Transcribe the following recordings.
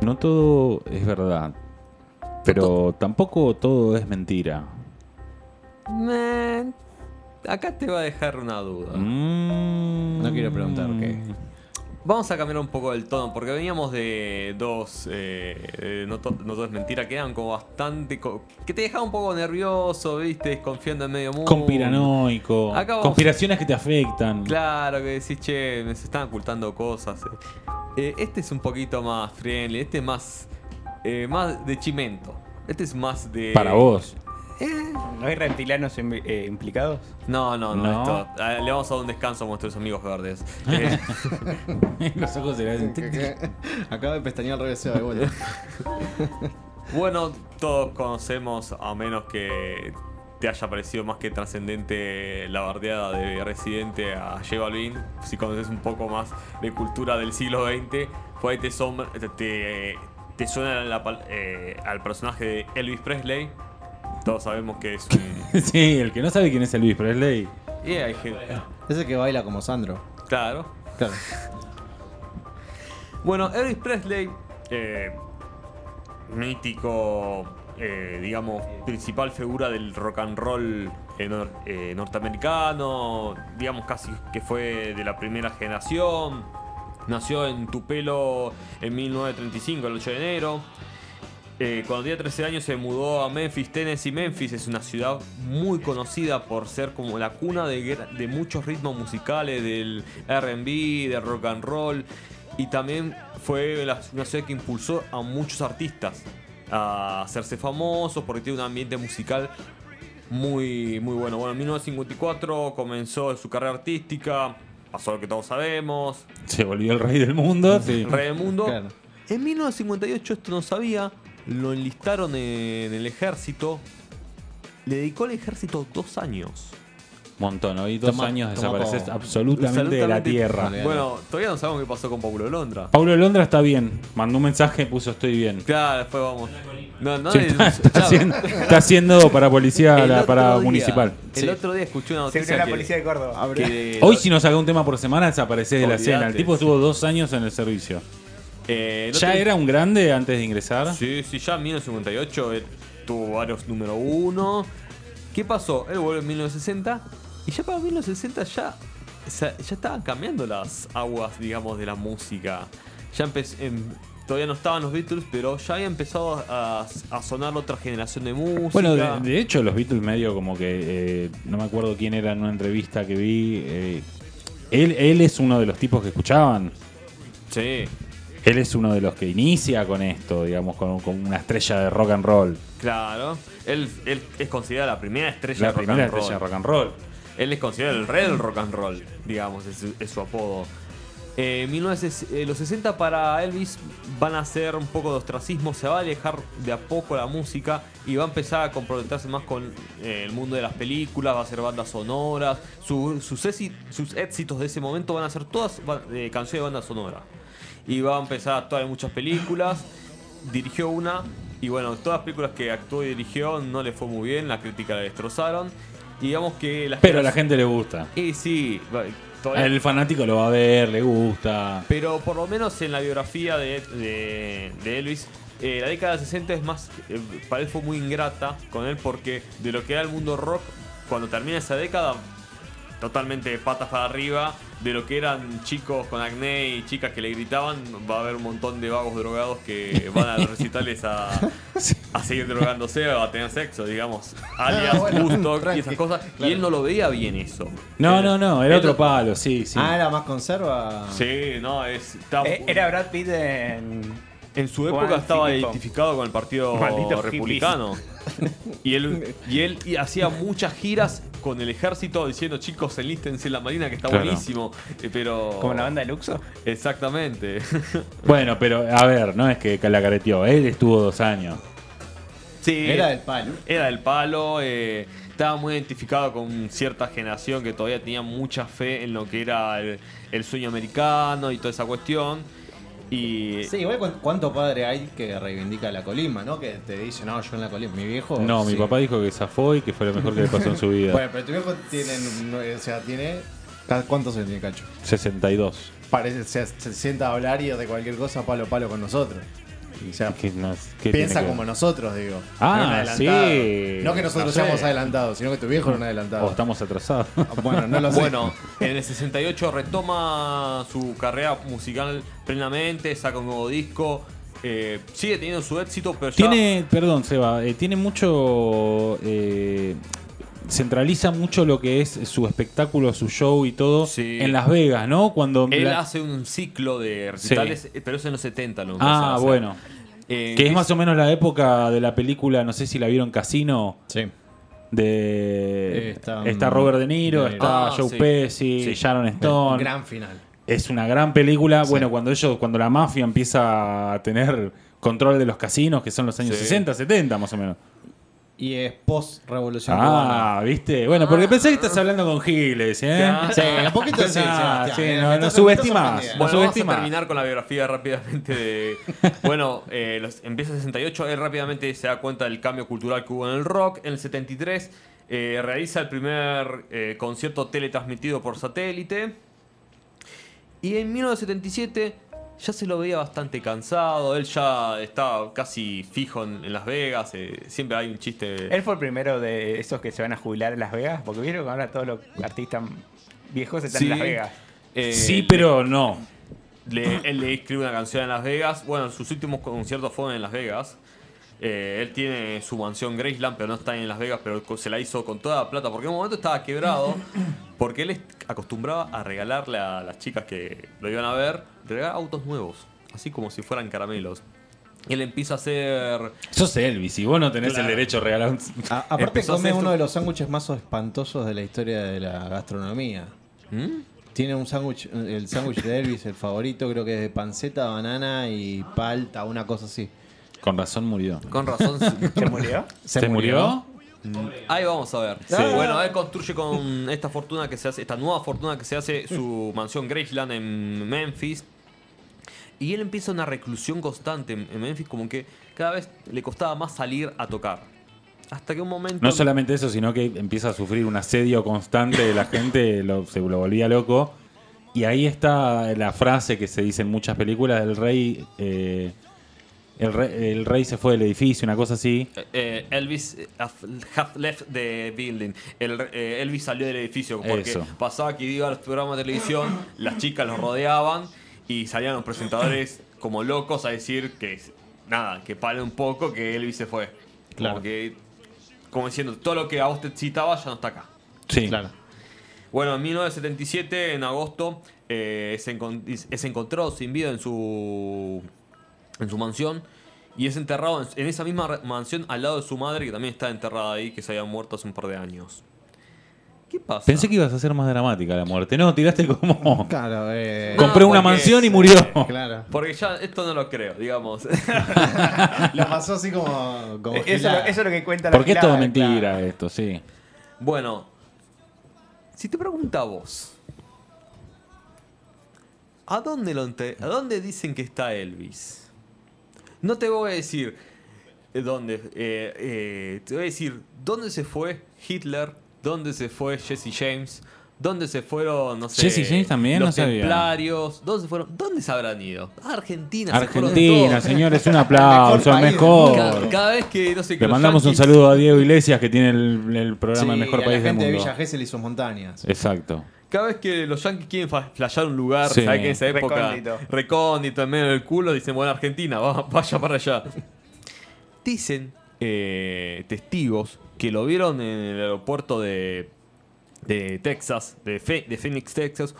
No todo es verdad, pero tampoco todo es mentira. Meh, acá te va a dejar una duda. Mm. No quiero preguntar, ok. Vamos a cambiar un poco el tono, porque veníamos de dos. eh, eh, no, to- no todo es mentira, quedan como bastante. co- que te dejaba un poco nervioso, viste, desconfiando en medio mundo. Uh, Conspiranoico. Acá vamos. Conspiraciones que te afectan. Claro, que decís, che, me se están ocultando cosas. Eh, este es un poquito más friendly, este es más. eh, más de chimento. Este es más de. Para vos. Eh, ¿No hay reptilianos im- eh, implicados? No, no, no, No. esto- a- Le vamos a dar un descanso a nuestros amigos verdes. Eh, Los ojos se le hacen tic, tic. Acaba de pestañear al revés, Seba, de vuelta. bueno, todos conocemos, a menos que te haya parecido más que trascendente la bardeada de Residente a J Balvin, si conoces un poco más de cultura del siglo XX, por ahí te, sombra- te, te- te suena la pal- eh, al personaje de Elvis Presley. Todos sabemos que es un... Sí, el que no sabe quién es Elvis Presley. Y hay gente... Es el que baila como Sandro. Claro. Claro. Bueno, Elvis Presley, eh, mítico, eh, digamos, principal figura del rock and roll eh, nor- eh, norteamericano, digamos casi que fue de la primera generación, nació en Tupelo en 1935, el 8 de enero. Eh, cuando tenía 13 años se mudó a Memphis, Tennessee. Memphis es una ciudad muy conocida por ser como la cuna de, gra- de muchos ritmos musicales, del RB, del rock and roll. Y también fue la- una ciudad que impulsó a muchos artistas a hacerse famosos porque tiene un ambiente musical muy, muy bueno. Bueno, en 1954 comenzó su carrera artística, pasó lo que todos sabemos, Se volvió el rey del mundo. Sí. Rey del Mundo. Claro. En 1958, esto no sabía, lo enlistaron en el ejército. Le dedicó al ejército dos años. Montón, hoy dos Toma- años toma desapareces como- absolutamente de la Absolutamente- tierra. Vale. Bueno, todavía no sabemos qué pasó con Paulo Londra. Paulo Londra está bien. Mandó un mensaje, puso estoy bien. Claro, después vamos. No, no, Sí, es- está, está claro. haciendo, está haciendo para policía, El la- otro para día- municipal. El otro día escuché una Se noticia. unió la que- policía de Córdoba. Ah, que- Hoy si no saca un tema por semana desapareces de la Olvídate. escena. El tipo estuvo dos años en el servicio. eh, el otro ¿Ya día- era un grande antes de ingresar? Sí, sí, ya en 1958 él eh, tuvo varios número uno. ¿Qué pasó? Él vuelve en 1960 y ya para 1960 ya, o sea, ya estaban cambiando las aguas, digamos, de la música. Ya empe- em- todavía no estaban los Beatles, pero ya había empezado a, a sonar otra generación de música. Bueno, de, de hecho los Beatles medio como que eh, no me acuerdo quién era en una entrevista que vi. eh, él, él es uno de los tipos que escuchaban. Sí, Él es uno de los que inicia con esto, digamos, con, con una estrella de rock and roll. claro. Él, él es considerada la primera estrella La de rock primera and roll. estrella de rock and roll. Él es considerado el rey del rock and roll, digamos, es, su- es su apodo. Eh, 1960 eh, los 60 para Elvis van a ser un poco de ostracismo, se va a alejar de a poco la música y va a empezar a comprometerse más con eh, el mundo de las películas, va a hacer bandas sonoras, su- sus, éxi- sus éxitos de ese momento van a ser todas ba- eh, canciones de banda sonora. Y va a empezar a actuar en muchas películas, dirigió una y bueno, todas las películas que actuó y dirigió no le fue muy bien, la crítica la destrozaron. Y digamos que las Pero a la Ah, gente le gusta. y sí, va- todavía- El fanático lo va a ver, le gusta. pero por lo menos en la biografía de, de- de Elvis, eh, la década del 60 es más, eh, para él fue muy ingrata con él porque de lo que era el mundo rock, cuando termina esa década, totalmente patas para arriba, de lo que eran chicos con acné y chicas que le gritaban, va a haber un montón de vagos drogados que van a los recitales a, a seguir drogándose o a tener sexo, digamos, alias, Ah, bueno, Woodstock y esas tranqui, cosas, y claro. él no lo veía bien eso. No, Él- no, no, era él otro no- palo, sí, sí. Ah, era más conserva. Sí, no, es. está- Eh, era Brad Pitt en. en su Juan época estaba Filipo. identificado con el partido Malditos republicano. Y él, y él y hacía muchas giras con el ejército diciendo, chicos, enlístense en la marina que está Claro. buenísimo. Eh, Pero. Como Oh. la banda de Luxo. Exactamente. Bueno, pero a ver, no es que la careteó, él estuvo dos años. sí. Era del palo. era del palo, eh, estaba muy identificado con cierta generación que todavía tenía mucha fe en lo que era el, el sueño americano y toda esa cuestión. Y Sí, igual cu- cuánto padre hay que reivindica la colima, ¿no? Que te dice, no, yo en la colima. Mi viejo. No, mi Oh, sí. papá dijo que zafó y que fue lo mejor que le pasó en su vida. Bueno, pero tu viejo tiene. no- O sea, tiene. ¿Cuántos años tiene Cacho? 62. Parece, se, se sienta a hablar y de cualquier cosa palo a palo con nosotros. O sea, Que no- que piensa tiene que como ver? nosotros, digo. Ah, Era un adelantado. sí. No que nosotros No sé. seamos adelantados, sino que tu viejo era un adelantado. O Oh, estamos atrasados. Bueno, no lo sé. Bueno, en el 68 retoma su carrera musical plenamente, saca un nuevo disco, eh, sigue teniendo su éxito, pero ya- Tiene, perdón, Seba, eh, tiene mucho. eh, centraliza mucho lo que es su espectáculo, su show y todo Sí. en Las Vegas, ¿no? Cuando. él la- hace un ciclo de recitales, eh, pero eso en los 70 lo empieza a ah, hacer. bueno. Eh, Que es más o menos la época de la película, no sé si la vieron Casino, Sí. de. Está- está Robert De Niro, De- está Ah, Joe sí. Pesci, Sí. Sharon Stone. Gran final. Es una gran película. Sí. Bueno, cuando ellos, cuando la mafia empieza a tener control de los casinos, que son los años Sí. 60, 70 más o menos. Y es post-revolución cubana. Ah, ¿viste? Bueno, porque pensé que estás hablando con Giles, ¿eh? Claro. Sí, un poquito sí, Ah, Sebastián. sí, Me no, estás- me no estás subestimas. ofendiendo. No Bueno, vamos a subestimas. terminar con la biografía rápidamente de... Bueno, eh, los- empieza en 68, él rápidamente se da cuenta del cambio cultural que hubo en el rock. En el 73 eh, realiza el primer eh, concierto teletransmitido por satélite. Y en 1977 ya se lo veía bastante cansado, él ya estaba casi fijo en, en Las Vegas, eh, siempre hay un chiste... Él fue el primero de esos que se van a jubilar en Las Vegas, porque vieron que ahora todos los artistas viejos están Sí. en Las Vegas. Eh, Sí, pero no. Le- él le escribe una canción en Las Vegas. Bueno, sus últimos conciertos fueron en Las Vegas. Eh, él tiene su mansión Graceland, pero no está en Las Vegas, pero co- se la hizo con toda la plata, porque en un momento estaba quebrado, porque él est- acostumbraba a regalarle a las chicas que lo iban a ver, regalar autos nuevos, así como si fueran caramelos. Él empieza a hacer... Sos Elvis y vos no tenés Claro. el derecho a regalar un... A- aparte Empezó a come hacer uno tu- de los sándwiches más espantosos de la historia de la gastronomía. ¿Mm? Tiene un sándwich, el sándwich de Elvis, el favorito, creo que es de panceta, banana y palta, una cosa así. Con razón murió. Con razón... ¿Se murió? ¿Se, murió? Ahí vamos a ver. Sí. Bueno, él construye con esta fortuna que se hace, esta nueva fortuna que se hace, su mansión Graceland en Memphis. Y él empieza una reclusión constante en en Memphis, como que cada vez le costaba más salir a tocar. Hasta que un momento. No solamente eso, sino que empieza a sufrir un asedio constante de la gente, lo- se lo volvía loco. Y ahí está la frase que se dice en muchas películas, el rey, eh, el rey, el rey se fue del edificio, una cosa así. Eh, Elvis eh, have- have left the building. El, eh, Elvis salió del edificio porque Eso. pasaba que iba a los programas de televisión, las chicas los rodeaban y salían los presentadores como locos a decir que nada, que pare un poco, que Elvis se fue. Como Claro. que, como diciendo, todo lo que a vos te citaba ya no está acá. Sí. Claro. Bueno, en 1977, en agosto, eh, es, encon- es encontrado sin vida en su, en su mansión y es enterrado en, en esa misma re- mansión al lado de su madre, que también está enterrada ahí, que se había muerto hace un par de años. ¿Qué pasa? Pensé que ibas a ser más dramática la muerte. No, tiraste como... Claro, eh, Con- Compré una porque mansión y es, murió. eh, claro. Porque ya esto no lo creo, digamos. Lo pasó así como. como Eh, Eso, gilada. eso es lo que cuenta la Porque es gilada, todo mentira claro. esto, sí. bueno, si te pregunta a vos, ¿a dónde, lo ente- ¿a dónde dicen que está Elvis? No te voy a decir eh, dónde. eh, eh, te voy a decir dónde se fue Hitler, dónde se fue Jesse James, dónde se fueron, no sé. Jesse James también, los no sabía. templarios, dónde se fueron, dónde se habrán ido. Argentina, se fueron Argentina, todos. señores, un aplauso, el El mejor. mejor Cada, cada vez que no sé que Le los mandamos un yanquis- saludo a Diego Iglesias que tiene el, el programa Sí, El Mejor a País del la gente Mundo. de Villa Gesell y sus montañas. Exacto. Cada vez que los yankees quieren fa- flashear un lugar, Sí. ¿sabes que en esa época? Recóndito. recóndito, en medio del culo, dicen, bueno, Argentina, va- vaya para allá. Dicen eh, testigos que lo vieron en el aeropuerto de, de Texas, de, Fe- de Phoenix, Texas,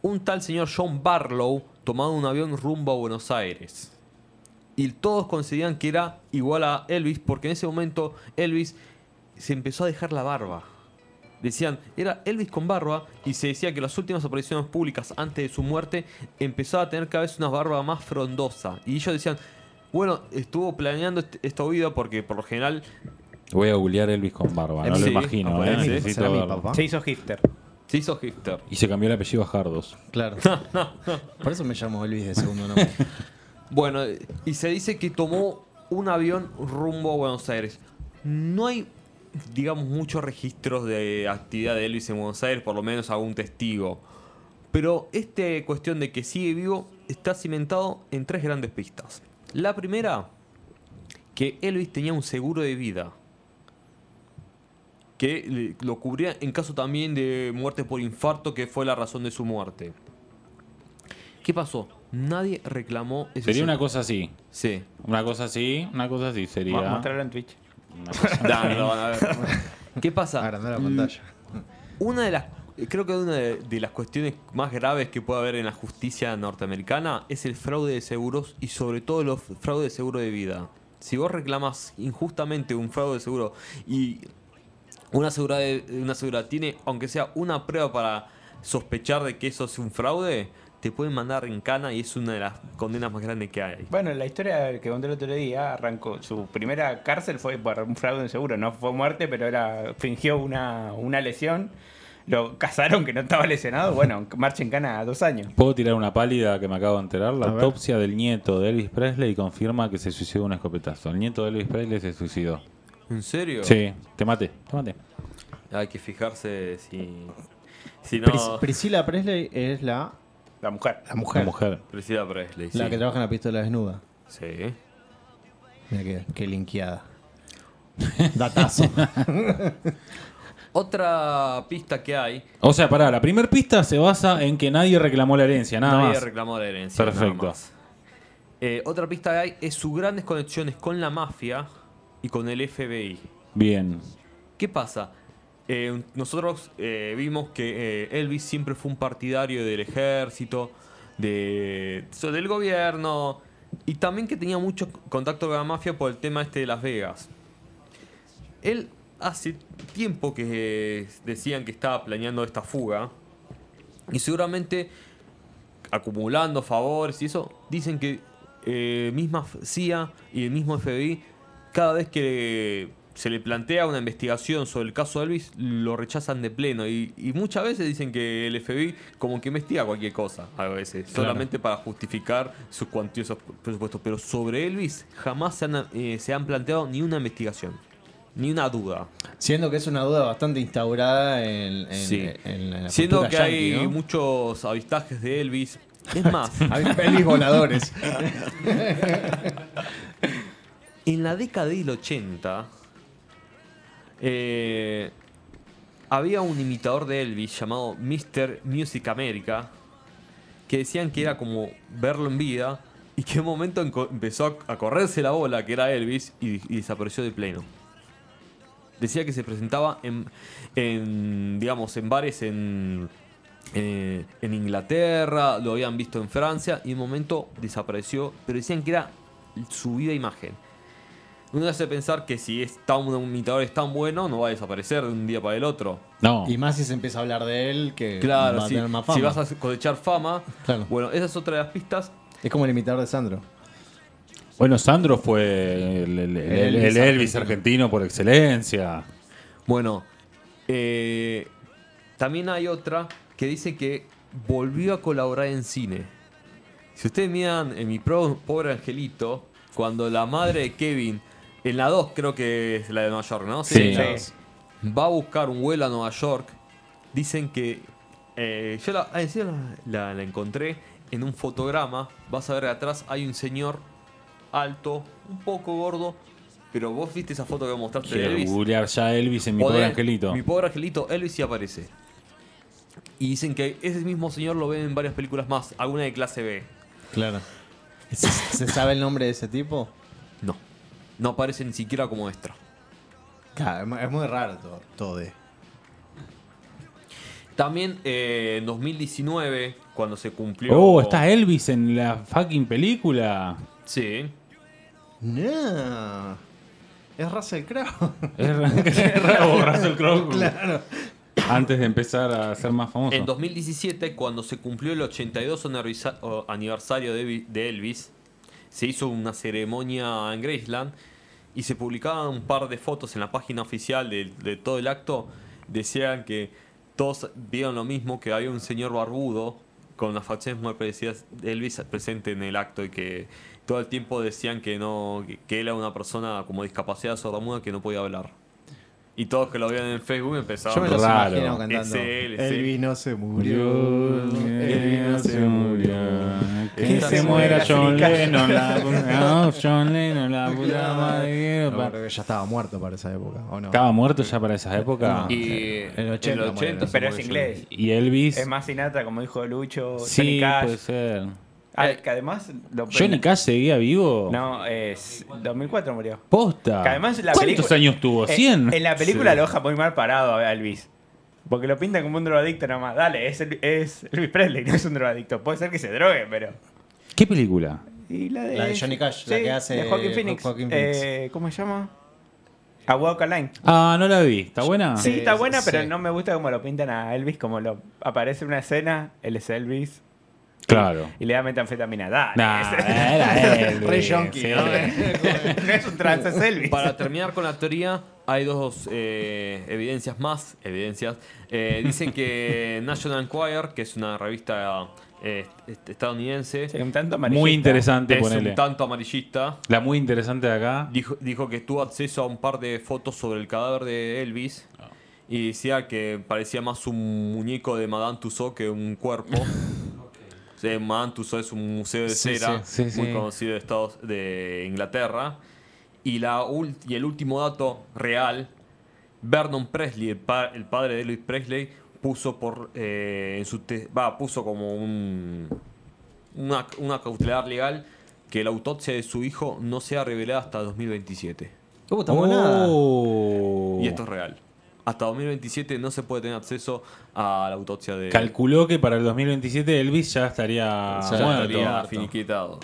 un tal señor John Barlow tomando un avión rumbo a Buenos Aires. Y todos consideran que era igual a Elvis, porque en ese momento Elvis se empezó a dejar la barba. Decían, era Elvis con barba y se decía que las últimas apariciones públicas antes de su muerte empezaba a tener cada vez una barba más frondosa. Y ellos decían, bueno, estuvo planeando est- esta huida porque por lo general Voy a googlear Elvis con barba, no Sí. lo imagino. Ah, eh, bueno, sí. necesito ¿Será mi verlo. papá? Se hizo hipster. se hizo hipster. Y se cambió el apellido a Jardos. Claro. Por eso me llamo Elvis de segundo nombre. Bueno, eh, y se dice que tomó un avión rumbo a Buenos Aires. No hay, digamos, muchos registros de actividad de Elvis en Buenos Aires, por lo menos algún testigo. Pero esta cuestión de que sigue vivo está cimentado en tres grandes pistas. La primera, que Elvis tenía un seguro de vida. Que le- lo cubría en caso también de muerte por infarto, que fue la razón de su muerte. ¿Qué pasó? Nadie reclamó ese Sería una seguro. cosa así. Sí. Una cosa así, una cosa así sería. Vamos a mostrarlo en Twitch. Una cosa- Dale, lo van a ver. ¿Qué pasa? Agrandá la pantalla. Una de las. Creo que una de, de las cuestiones más graves que puede haber en la justicia norteamericana es el fraude de seguros y sobre todo los fraudes de seguro de vida. Si vos reclamas injustamente un fraude de seguro y una asegurada, una asegurada tiene, aunque sea una prueba para sospechar de que eso es un fraude, te pueden mandar en cana y es una de las condenas más grandes que hay. Bueno, la historia que conté el otro día arrancó. Su primera cárcel fue por un fraude en seguro. No fue muerte, pero era fingió una, una lesión. Lo casaron que no estaba lesionado. Bueno, marcha en cana a dos años. ¿Puedo tirar una pálida que me acabo de enterar? La A ver. autopsia del nieto de Elvis Presley confirma que se suicidó de un escopetazo. El nieto de Elvis Presley se suicidó. ¿En serio? Sí, te maté, te maté. Hay que fijarse si. Si Pris- no. Priscila Presley es la, La mujer. la mujer. La mujer. Priscila Presley. La sí. que trabaja en la pistola desnuda. Sí. Mira qué, qué linkeada. Datazo. Otra pista que hay, O sea, pará, la primera pista se basa en que nadie reclamó la herencia, nada nadie más. reclamó la herencia. Perfecto. nada más. Eh, otra pista que hay es sus grandes conexiones con la mafia y con el FBI. Bien. ¿Qué pasa? Eh, nosotros eh, vimos que eh, Elvis siempre fue un partidario del ejército, de, so- del gobierno, y también que tenía mucho contacto con la mafia por el tema este de Las Vegas. Él hace tiempo que eh, decían que estaba planeando esta fuga, y seguramente acumulando favores y eso, dicen que eh, misma CIA y el mismo FBI, cada vez que se le plantea una investigación sobre el caso Elvis, lo rechazan de pleno. Y, y muchas veces dicen que el FBI como que investiga cualquier cosa, a veces, solamente para justificar sus cuantiosos presupuestos. Pero sobre Elvis jamás se han, eh, se han planteado ni una investigación, ni una duda. Siendo que es una duda bastante instaurada en, en- Sí. en la- en la Siendo cultura que yankee, hay ¿no? muchos avistajes de Elvis. Es más, Hay pelis voladores. En la década del 80 eh, había un imitador de Elvis llamado Mr. Music America que decían que era como verlo en vida y que en un momento enco- empezó a a correrse la bola que era Elvis y, y desapareció de pleno. Decía que se presentaba en, en, digamos, en bares en, eh, en Inglaterra, lo habían visto en Francia y en un momento desapareció, pero decían que era su vida imagen. Uno hace pensar que si es tan, un imitador es tan bueno, no va a desaparecer de un día para el otro. No. Y más si se empieza a hablar de él, que Claro, Eh, va a si, tener más fama. si vas a cosechar fama. Claro. Bueno, esa es otra de las pistas. Es como el imitador de Sandro. Bueno, Sandro fue el, el- el- el El Elvis, Elvis argentino por excelencia. Bueno, eh, también hay otra que dice que volvió a colaborar en cine. Si ustedes miran en mi pro- pobre angelito, cuando la madre de Kevin, en la 2 creo que es la de Nueva York, ¿no? Sí. la dos. va a buscar un vuelo a Nueva York. Dicen que. eh, yo la, ah, en serio la, la- la encontré en un fotograma. Vas a ver atrás, hay un señor alto, un poco gordo. Pero vos viste esa foto que mostraste de Quiero Elvis. googlear ya Elvis en mi Podés- pobre angelito. Mi pobre angelito, Elvis y aparece. Y dicen que ese mismo señor lo ven en varias películas más, alguna de clase B. Claro. ¿Se, se sabe el nombre de ese tipo? No. No aparece ni siquiera como extra. Claro, es mu- es muy raro todo. todo de- También eh, en 2019, cuando se cumplió. Oh, está Elvis en la fucking película. Sí. No. Es Russell Crowe. Es ra- es raro, Russell Crowe. claro. Antes de empezar a ser más famoso. En 2017, cuando se cumplió el 82 anervisa- o aniversario de Elvi- de Elvis, se hizo una ceremonia en Graceland y se publicaban un par de fotos en la página oficial de, de todo el acto. Decían que todos vieron lo mismo, que había un señor barbudo con las facetas muy parecidas de Elvis presente en el acto y que todo el tiempo decían que no que, que él era una persona como discapacidad sordomuda que no podía hablar. Y todos que lo veían en Facebook empezaban Yo me los Raro. imagino cantando. Ese, él, ese. Elvis no se murió. Elvis no se murió. eh, Que Esta se se muera muera John Fricassi. Lennon, la puta- no, John Lennon, la puta madre. que lo No, par- creo que ya estaba muerto para esa época, ¿o no? Estaba muerto ya para esa época. Y En el 80 en el 80 Pero es se murió inglés. Y Elvis. Es más Sinatra, como dijo Lucho. Johnny sí, Cash. puede ser. Eh, Ah, que además. lo- Johnny Cash seguía vivo. No, es. 2004 murió. Posta. Que además la Ah. ¿Cuántos película- años tuvo? Eh, ¿100? En la película Sí. lo deja muy mal parado a Elvis. Porque lo pinta como un drogadicto nada más. Dale, es, el- es Elvis Presley, no es un drogadicto. Puede ser que se drogue, pero. ¿Qué película? Y de, La de Johnny Cash, la que hace De Joaquín Phoenix. Joaquin Phoenix. Eh, ¿Cómo se llama? A Walk a Line. Ah, no la vi. ¿Está buena? Sí, Sí, está buena, sí. pero no me gusta cómo lo pintan a Elvis. Como lo aparece en una escena, él es Elvis. Claro. Y le da metanfetamina. Dale. Nah, es- era Elvis. Re yonki, sí. ¿no? Eh. no es un trance, es Elvis. Para terminar con la teoría, hay dos eh, evidencias más. Evidencias. Eh, dicen que National Enquirer, que es una revista eh, est- estadounidense, Sí, un tanto amarillista. Muy interesante, es un ponele. tanto amarillista. La muy interesante de acá. Dijo, dijo que tuvo acceso a un par de fotos sobre el cadáver de Elvis. Y decía que parecía más un muñeco de Madame Tussauds que un cuerpo. Sí, Madame Tussauds es un museo de Sí, cera sí, sí, muy sí. conocido de, Estados, de Inglaterra. Y, la ul- y el último dato real, Vernon Presley, el, pa- el padre de Elvis Presley, puso por eh, en su te- va, puso como un una, una cautelar legal que la autopsia de su hijo no sea revelada hasta 2027. Uh, está buena. Oh. Y esto es real. Hasta 2027 no se puede tener acceso a la autopsia de Calculó que para el 2027 Elvis ya estaría Ya eh, Ya muerto. estaría muerto. finiquitado.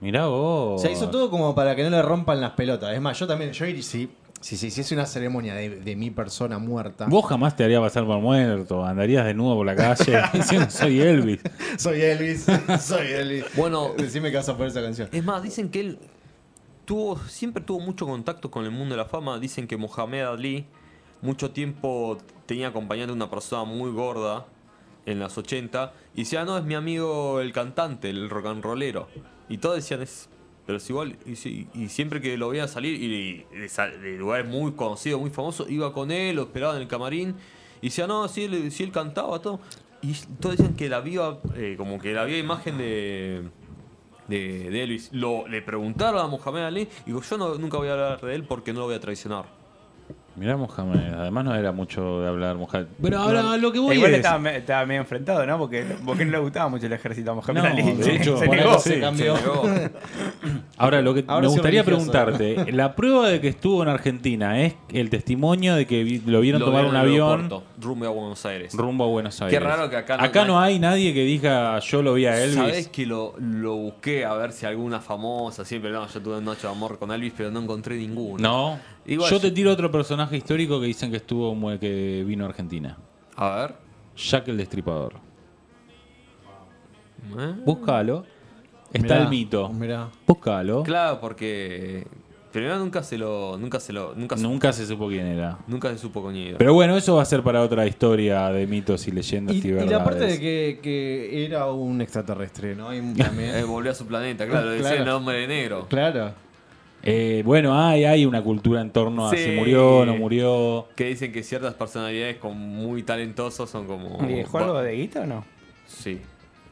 Mirá vos. Se hizo todo como para que no le rompan las pelotas. Es más, yo también, yo iría- si, si se hiciese una ceremonia de, de mi persona muerta, Vos jamás te harías pasar por muerto. Andarías desnudo por la calle diciendo soy Elvis. soy Elvis, soy Elvis. Bueno. decime que vas a poner esa canción. Es más, dicen que él tuvo, siempre tuvo mucho contacto con el mundo de la fama. Dicen que Mohamed Ali mucho tiempo tenía acompañante a una persona muy gorda en las 80 y decía, "Ah, no, es mi amigo el cantante, el rock and rollero. Y todos decían, es... Pero es igual, y, sí, y siempre que lo veían salir y de, sa- de lugares muy conocidos, muy famosos, iba con él, lo esperaba en el camarín y decía, no, sí, él, sí, él cantaba, todo. Y todos decían que la viva, eh, como que la viva imagen de, de, de Elvis. Lo, le preguntaron a Mohamed Ali y digo, yo no- nunca voy a hablar de él porque no lo voy a traicionar. Mirá Mohamed. Además no era mucho de hablar Mohamed. Pero ahora lo que voy Igual es... estaba, me- estaba medio enfrentado, ¿no? Porque, porque no le gustaba mucho el ejército a Mohamed No, Ali. de Se- hecho, se por negó. algo se Se negó. Ahora, lo que Ahora me soy gustaría religioso. preguntarte, la prueba de que estuvo en Argentina es el testimonio de que vi- lo vieron Lo tomar vieron un en el avión aeropuerto, rumbo a Buenos Aires. rumbo a Buenos Aires. raro que acá no- no hay nadie que diga yo lo vi a Sabes Elvis. que lo, lo busqué a ver si alguna famosa, siempre no, yo tuve una noche de amor con Elvis, pero no encontré ninguno. No. Igual yo yo- te tiro otro personaje histórico que dicen que estuvo mu- que vino a Argentina. A ver. Jack el Destripador. ¿Eh? Búscalo. Está Mirá, el mito. mirá. Búscalo. Claro, porque primero nunca se lo, nunca se lo, nunca, se- Nunca se supo quién era. nunca se supo con ella. Pero bueno, eso va a ser para otra historia de mitos y leyendas Y, y, y verdades. la parte de que, que era un extraterrestre, ¿no? Hay un- también. Eh, volvió a su planeta, claro, le decía Claro. el hombre de negro. claro. Eh, bueno, hay, hay una cultura en torno a Sí. si murió, no murió. Que dicen que ciertas personalidades con muy talentosos son como. ¿Y dejó algo de guita o no? Sí,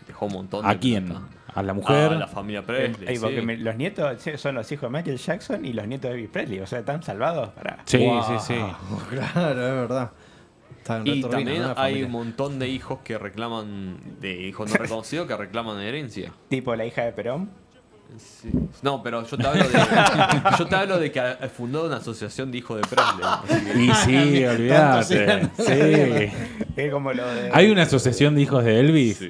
dejó un montón. de ¿A quién? plata. ¿A la mujer? Ah, A la Eh, familia Presley. Ey, sí. porque me- los nietos che, son los hijos de Michael Jackson y los nietos de Elvis Presley. O sea, están salvados para. Sí, Wow. sí, sí. Ah, Claro, es verdad. Está en Y retorno, también ¿no? La hay familia. un montón de hijos que reclaman, de hijos no reconocidos que reclaman herencia. Tipo la hija de Perón. Sí. No, pero yo te hablo de, yo te hablo de que eh, fundó una asociación de hijos de Presley. Así que- Y sí, olvídate. Sí. Es como lo de. ¿Hay una asociación de hijos de Elvis? Sí.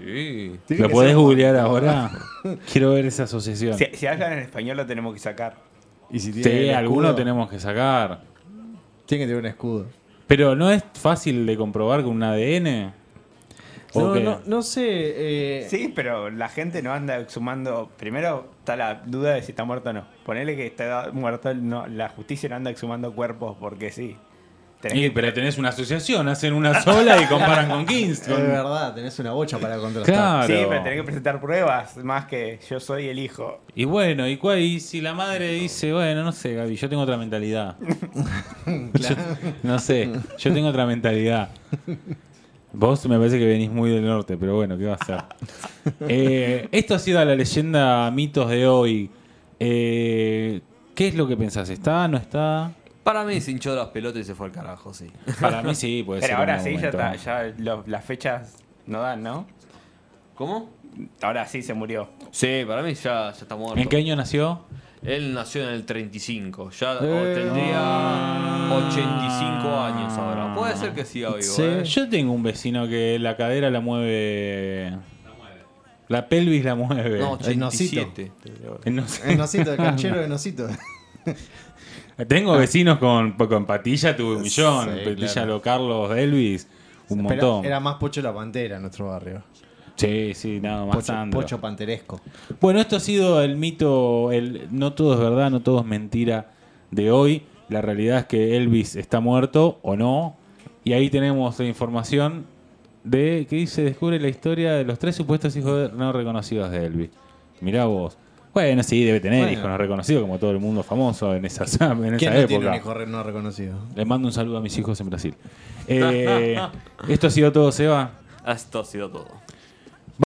Tiene ¿Lo que podés ser- googlear ahora? Quiero ver esa asociación. Si, si hablan en español lo tenemos que sacar. Y si tiene Sí, el alguno escudo, tenemos que sacar. Tiene que tener un escudo. Pero no es fácil de comprobar con un ADN. ¿O No, qué? no, no sé. eh, Sí, pero la gente no anda exhumando. Primero está la duda de si está muerto o no. Ponele que está muerto, no, la justicia no anda exhumando cuerpos porque sí. Tenés Y, que- pero tenés una asociación, hacen una sola y comparan con 15. Es verdad, tenés una bocha para contrastar. Claro. Sí, pero tenés que presentar pruebas más que yo soy el hijo. Y bueno, y, cuál- y si la madre dice, bueno, no sé, Gaby, yo tengo otra mentalidad. Yo- no sé, yo tengo otra mentalidad. Vos me parece que venís muy del norte, pero bueno, ¿qué va a ser? Eh, esto ha sido la leyenda mitos de hoy. Eh, ¿Qué es lo que pensás? ¿Está? ¿No está? Para mí se hinchó de las pelotas y se fue al carajo, sí. Para mí sí, puede ser. Pero en ahora algún sí, ya, está, momento. ya lo- las fechas no dan, ¿no? ¿Cómo? Ahora sí se murió. Sí, para mí ya, ya está muerto. ¿En qué año nació? Él nació en el 35, ya o Eh. tendría Ah. 85 años ahora. Puede ser que siga vivo. Sí. ¿eh? Yo tengo un vecino que la cadera la mueve. La pelvis la mueve. No, El Nocito. 87. No sé. El nocito, el canchero de nocito. Tengo vecinos con, con patilla, tuve un millón. Ah. Sí, patilla claro. lo Carlos Elvis, un Pero montón. Era más Pocho la Pantera en nuestro barrio. Sí, sí, nada más. Pocho, Sandro. Pocho Panteresco. Bueno, esto ha sido el mito, el no todo es verdad, no todo es mentira de hoy. La realidad es que Elvis está muerto o no. Y ahí tenemos la información de que se descubre la historia de los tres supuestos hijos de- no reconocidos de Elvis. Mirá vos. Bueno, sí, debe tener Bueno. hijos no reconocidos, como todo el mundo famoso en esa, en esa ¿Quién no época. tiene un hijo re- no reconocido? Le mando un saludo a mis hijos en Brasil. Eh, esto ha sido todo, Seba. Esto ha sido todo.